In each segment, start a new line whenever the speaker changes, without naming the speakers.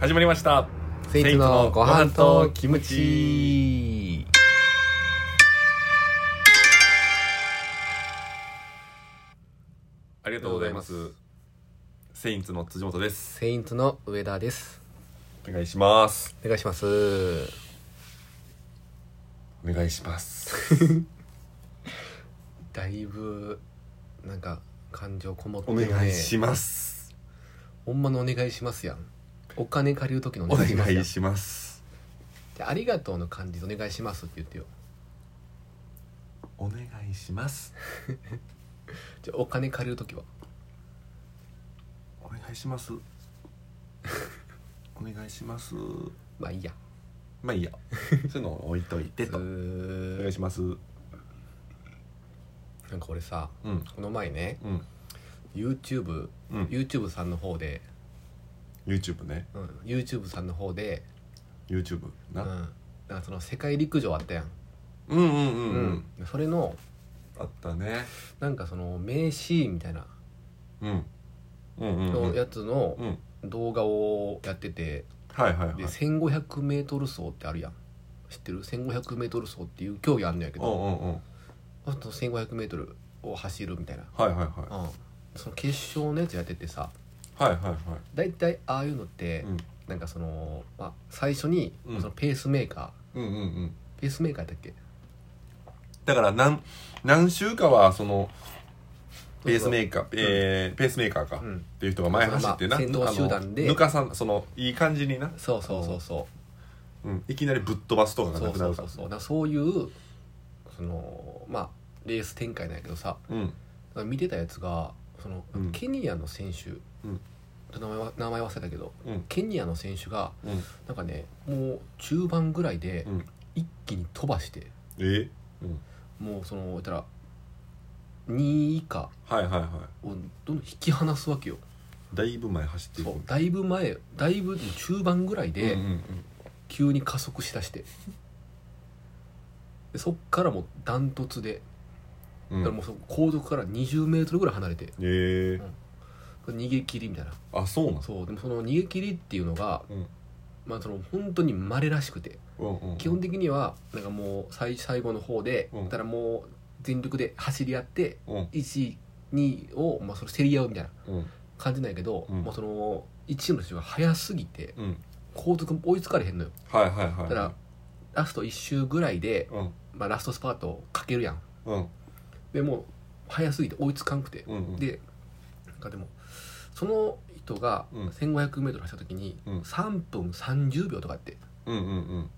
始まりました
スイーツのご飯とキム
セイント
チ。
のありがとうございますセインツの辻本です
セイントの上田です。
お願いします
お願いします。
お願いします
だいぶ、なんか、感情こもって
お
るね
願いします
ほんまのお願いしますやん。お金借りる時のお
お
願いしますや
願
ん
い。します
じゃあありがとうの感じでお願いしますって言ってよ。
お願いします
じゃあお金借りる時は。
お願いしますお願いします
まあいいや。
まあいいやそういうのを置いといて
う
とお願
ー
いしますうん
なんか俺さ、
うん
この前ね、YouTube、
うん
YouTube さんの方で、
YouTube ね
うん、YouTube さんの方で、
YouTube
う、
なん
なんかその世界陸上あったやん。
うんうんうんう
うんん、それの
あったね
なんかその名シーンみたいな
うんうんうんうん
のやつの
うん
動画をやってて、
はいはいはい
で 1500m 走ってあるやん知ってる 1500m 走っていう競技あんのやけ
うん
ど
うんうん
あと 1500m を走るみたいな、
はいはいはい
うん、その決勝のやつやっててさ
はいはいはい
大体ああいうのって、
うん
なんかその、まあ、最初に
うん
そのペースメーカ
うんうんうん
ー、ペースメーカーだっけ
だから何何週かはそのペースメ
ー
ーカー、えーペースメーカーか、
う
っ
ん、
ていう人が前走ってな、
そのまあ先頭集団で
あの抜かさんそのいい感じにな、
そうそうそうそう
うん、いきなりぶっ飛ばすとかが
そ
な
う
くな
そ
るか
うそ
ら
うそうだからそういうそのまあレース展開なんやけどさ
うん
見てたやつがその、
うん
ケニアの選手、
うん
名前は名前忘れたけど
うん
ケニアの選手が
うん
なんかねもう中盤ぐらいで
うん
一気に飛ばして、
えー
もうその言ったら2位以下
はいはいはい
をどんどん引き離すわけよ
だいぶ前走っていく
そうだいぶ前だいぶ中盤ぐらいで
うんうん
急に加速しだして、でそっからもうダントツで
うん
だからもうその後続から20メートルぐらい離れて
えー
逃げ切りみたいな
あそうなん
そうでもその逃げ切りっていうのが、
うん
まあその本当に稀らしくて
うんうんうん
基本的にはなんかもう最最後の方で、
うん
たらもう全力で走り合って
うん
12を、まあ、それ競り合うみたいな
うん
感じなんやけど、
うん
もうその1位の人が速すぎて
うん
後続も追いつかれへんのよ
はいはいはい
だからラスト1周ぐらいで、
うん
まあ、ラストスパートをかけるやん
うん
でもう速すぎて追いつかんくて、
うんうん
でなんかでもその人が
うん
1500m 走った時に
うん
3分30秒とかやって
うんうんうん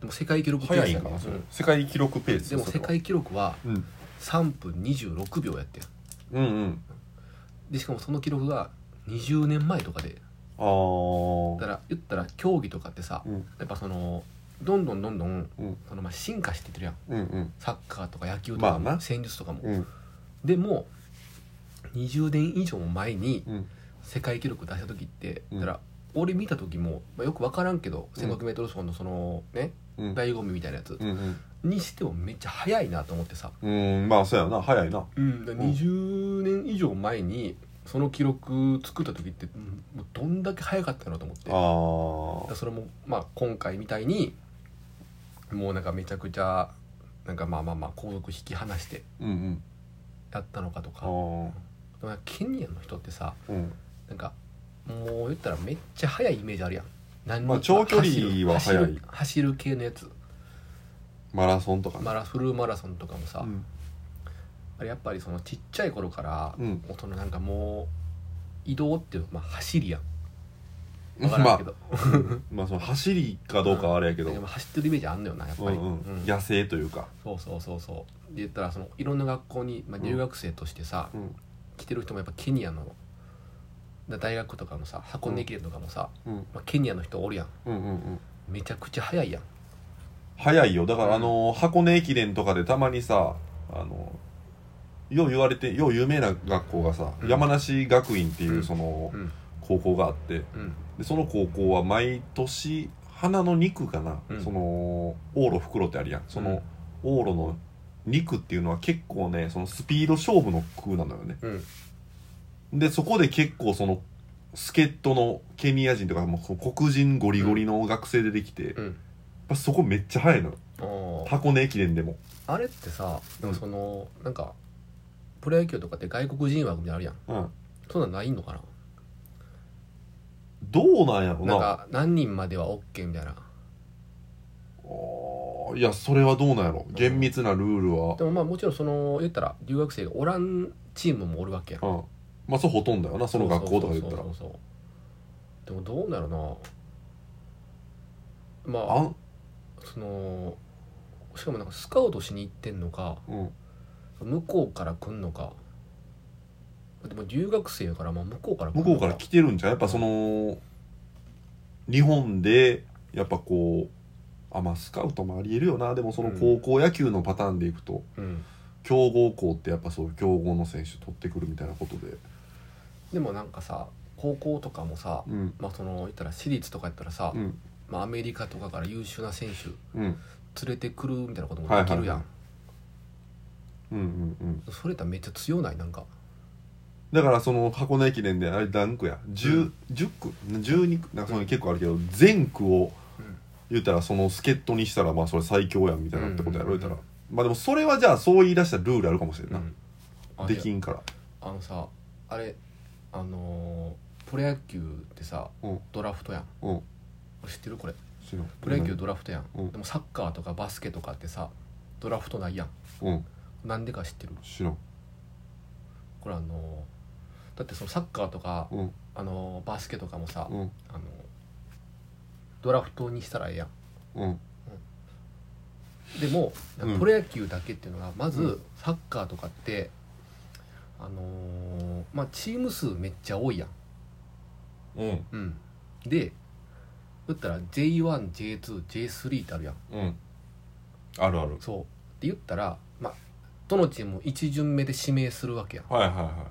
でも世界記録ペー
早
ス
い
や
ん
ね
かなそれ
うん
世界記録ペース
でも
それ
世
は
界記録は
うん
3分26秒やってん
うんうん
でしかもその記録が20年前とかで
あー
だから言ったら競技とかってさ
うん
やっぱそのどんどんどんどん
うん
そのまあ進化してってるやん
うんうん
サッカーとか野球と
ま
か
あな
戦術とかも、
うん
でも20年以上も前に
うん
世界記録出した時って、
うん
だから俺見た時も、まあ、よく分からんけど
うん
1500m 走のそのね
うん
醍醐味みたいなやつ
うんうん
にしてもめっちゃ速いなと思ってさ、
うんまあそうやな早いな
うん、20年以上前にその記録作った時ってうんもうどんだけ速かったのと思って
あ
だか
ー
らそれもまあ今回みたいにもうなんかめちゃくちゃなんかまあまあまあ後続引き離して
うんうん
やったのかとか
あー
でもなんかケニアの人ってさ
うん
なんかもう言ったらめっちゃ速いイメージあるやん何
まあ長距離は
走る
速い
走る走る系のやつ
マラソンとかね
マラフルマラソンとかもさ、
うん
あれやっぱりそのちっちゃい頃から、
うん
大人なんかもう移動っていうのはまあ走りやん分
ま
からん
あ
けど、
まあその走りかどうかはあれやけど
でも走ってるイメージあんのよなやっ
う
ぱり、
ん
う
うんん野生というか
そうそうそうそうで言ったらそのいろんな学校に、まあ、留学生としてさ、
うん
来てる人もやっぱケニアのだ大学とかのさ箱根駅伝とかもさ、
うん
まあ、ケニアの人おるやん
うんうんうん
めちゃくちゃ速いやん
早いよだからあの箱根駅伝とかでたまにさあのよう言われてよう有名な学校がさ、
うん
山梨学院っていうその
うん
高校があって
うん
でその高校は毎年花の肉かな、
うん
その往路袋ってあるやんその往路の肉っていうのは結構ねそのスピード勝負の空なのよね
うん
でそこで結構その助っ人のケニア人とかもう黒人ゴリゴリの学生出てきて、やっ
うん
ぱそこめっちゃ早いのよ
あー
箱根駅伝でも
あれってさで
うん
もその、なんかプロ野球とかって外国人枠みたいなのあるやん
うん
そんなんないんのかな
どうなんやろな
なんか何人までは OK みたいな
あーいやそれはどうなんやろ厳密なルールは
でもまあもちろんその言ったら留学生がおらんチームもおるわけやん
うんまあそうほとんどよなその学校とかで言ったら
そうそうそうそうでもどうなるなまあ
あん
そのしかもなんかスカウトしに行ってんのか
うん
向こうから来んのかでも留学生やから、まあ、向こうから来ん
向
の
こうから来てるんじゃうやっぱその日本でやっぱこうあまあスカウトもありえるよなでもその
うん
高校野球のパターンでいくと、
うん
強豪校ってやっぱそう強豪の選手取ってくるみたいなことで
でもなんかさ高校とかもさ
うん
まあその言ったら私立とかやったらさ、
うん
まあ、アメリカとかから優秀な選手
うん
連れてくるみたいなことも
はい
で
はい
きるやん、
うんうんうん
それやったらめっちゃ強ないなんか
だからその箱根駅伝であれ何区や 10,、
うん
10区12区なんかその結構あるけど全区を
うん
言うたらその助っ人にしたらまあそれ最強やんみたいなってことやろ
う
言
ん
うたらまあでもそれはじゃあそう言い出したらルールあるかもしれんな、
うんあ
で
いや
きんから
あのさあれあのープロ野球ってさ、
うん
ドラフトやん
うん
知ってるこれ
知らん
プロ野球ドラフトやん、
うん
でもサッカーとかバスケとかってさドラフトないやん
うん
なんでか知ってる
知らん
これあのーだってそのサッカーとか、
うん
あのーバスケとかもさ、
うん
あのードラフトにしたらええやん
うん
でも
うん
プロ野球だけっていうのはま
う
ずサッカーとかって、あのーまあチーム数めっちゃ多いやん、
うん
うん、で打ったら J1J2J3 ってあるやん
うんあるある
そうって言ったら、まあ、どのチームも1巡目で指名するわけやんで
はいはいは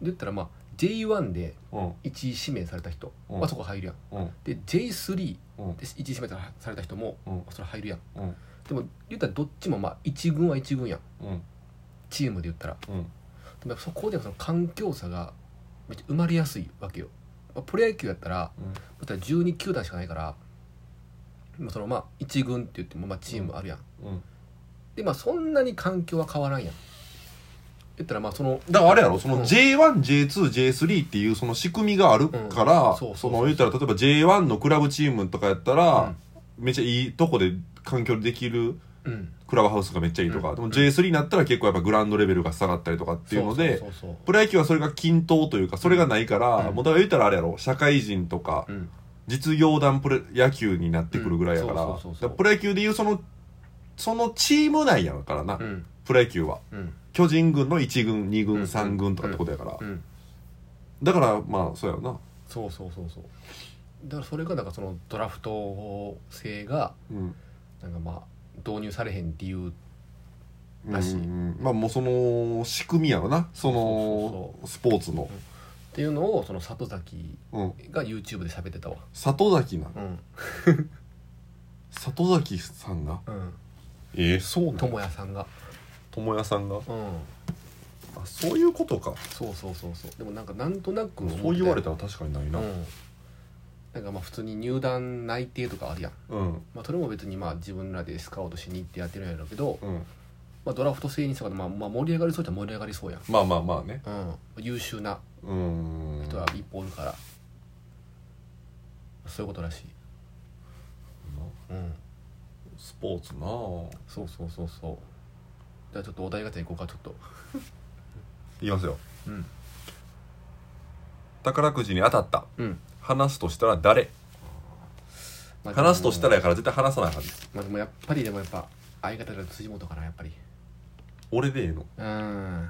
言ったらまあ J1 で
いうん
1位指名された人、
うん
まあ、そこ入るやん
うん
で J3 で
うん
1位指名された人も、
うん
それ入るやん
うん
でも言ったらどっちもまあ1軍は1軍やん
うん
チームで言ったら
うん
でもそこでその環境差がめっちゃ埋まりやすいわけよ、まあ、プロ野球やったら
うん
また12球団しかないからまあそのまあ1軍って言ってもまあチームあるやん、
うん
でまあそんなに環境は変わらんやん言ったらまあその
だからあれやろそ
うん
の J1J2J3 っていうその仕組みがあるか
う
ら
んそうそ
そ
う
の言ったら例えば J1 のクラブチームとかやったら、めっちゃいいとこで環境できる
うん
クラブハウスがめっちゃいいとか、
うん
でも J3 になったら結構やっぱグラウンドレベルが下がったりとかっていうので
そうそうそう
プロ野球はそれが均等というかそれがないから、
うん
もうだから言ったらあれやろ社会人とか
そううん
実業団プロ野球になってくるぐらいやから,、
うんそうそうそうそう
プロ野球でいうそのそのチーム内やからな、
うん
プロ野球は
うん
巨人軍の1軍2
う
軍
ん
3軍とかってことやから、
うん
だからまあそうやろな
そうそうそうそうだからそれがなんかそのドラフト制が
うん
なんかまあ導入されへん理由
うん
らしい
うんまあもうその仕組みやろなそのスポーツの、
っていうのをその里崎
うん、
が YouTube で喋ってたわ
里崎な
うん
里崎さんが
うん
ええそう
智也さんが
友也さんが
うん
あそういうことか
そうそうそうそうでもなんかなんとなく思って
そう言われたら確かにないな
うんなんかまあ普通に入団内定とかあるやん、
うん
まあ、それも別にまあ自分らでスカウトしに行ってやってるんやろうけど、
うん
まあ、ドラフト制にしたからまあまあ盛り上がりそうじゃ盛り上がりそうやん、
まあまあまあね
うん、優秀な
うん
人は一歩おるから、そういうことらしいうん
スポーツなあ
そうそうそうそうじゃあちょっとお題ガチャ行こうかちょっと
いきますよ
うん
宝くじに当たった
うん
話すとしたら誰
まあ
話すとしたら
で
やから絶対話さないはず
もまあでもやっぱりでもやっぱ相方が辻元かなやっぱり
俺でええの
うん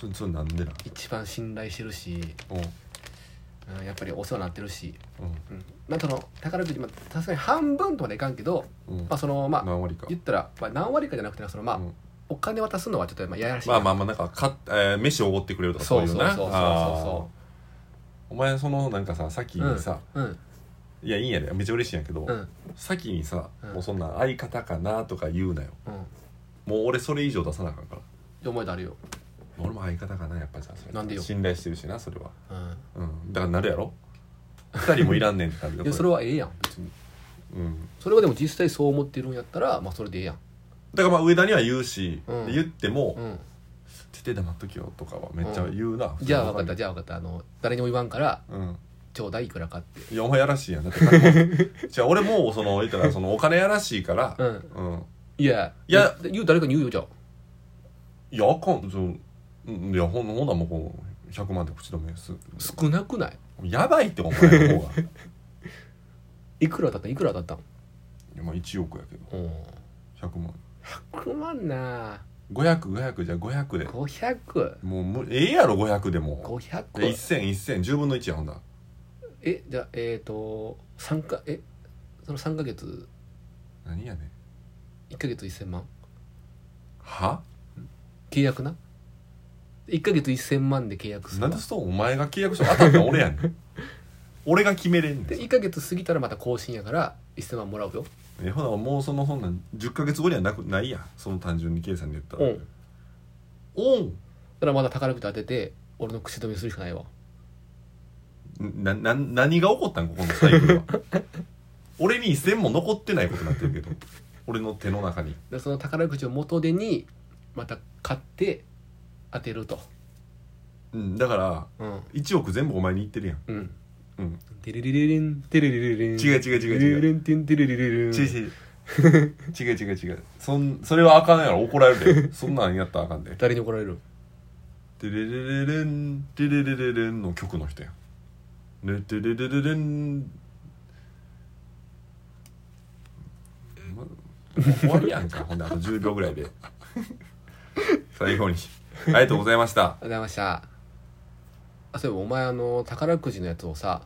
それそれなんでな
一番信頼してるし、
うん
うん、やっぱりお世話になってるし、
うん
うん、まあその宝くじまあさすがに半分とまでいかんけど、
うん
まあそのまあ
何割か
言ったら、まあ、何割かじゃなくてそのまあ、
うん
お金渡すのはちょっとまあややらしい
まあまあまあなんかか、えー飯をおごってくれるとか
そ
そう
う
いう
そうそう
な
そうそう
あー
そ
お前そのなんかさ先にさ、
ううん
いやいいんやでめっちゃ嬉しいんやけど、
うん
先にさ、
うん
もうそんな相方かなとか言うなよ
うん
もう俺それ以上出さなあかんから
思い出あるよ、
俺も相方かなやっぱじゃあそれ
なんでよ
信頼してるしなそれは
うん、
うんだからなるやろ2人もいらんねんってなるよ
いやそれはええやん別に
うん、
それはでも実際そう思ってるんやったらまあそれでええやん
だからまあ上田には言うし、
うん
言っても
うん
「ちょっと黙っときよ」とかはめっちゃ言うな、
じゃあ分かったじゃあ分かったあの誰にも言わんから
ゃうん
ちょうだいいくらかって
いやお前やらしいやんだって じゃあ俺もその言ったらそのお金やらしいから
うん
うん
いや
いや
で言う誰かに言うよじゃあ
いやあかんそううんいやほんほんならもうこう100万で口止めす
少なくない
やばいってお前の方がい
いくらだったんいくらだったん
やまあ1億やけど
うん
100万
100万な
500500じゃあ500で
500500
もうむええやろ500でもうで10001000 10分の1やほんだら
えじゃあえっ、と3かえその3か月
何やねん
1か月1000万
は
契約な1か月1000万で契約す
な
る
んでそうお前が契約書当たったん俺やねん 俺が決めれんね
で
ん
1か月過ぎたらまた更新やから1000万もらうよ
えほなもうそのほんなん10ヶ月後にはなくないやんその単純に計算で言った
う
ら
ん
オン
だからまだ宝くじ当てて俺の口止めするしかないわ
なな何が起こったんここのサイク ルは俺に1000も残ってないことになってるけど俺の手の中に
でその宝くじを元手にまた買って当てると
うんだから
うん
1億全部お前に言ってるやん
うん
うん
テレレレレンテレレレレン
違う違う違う違う
レレレンテンテレレレレン
違う違う違う違う違うそんそれはあかんやろ怒られるでそんなんやったらあかんで
誰に怒られる
「テレレレレンテレレレレン」の曲の人やん「レテレレレレン」ま終わりやんかほんであと10秒ぐらいで最後にありがとうございました
ありがとうございましたあそういえばお前あの宝くじのやつをさ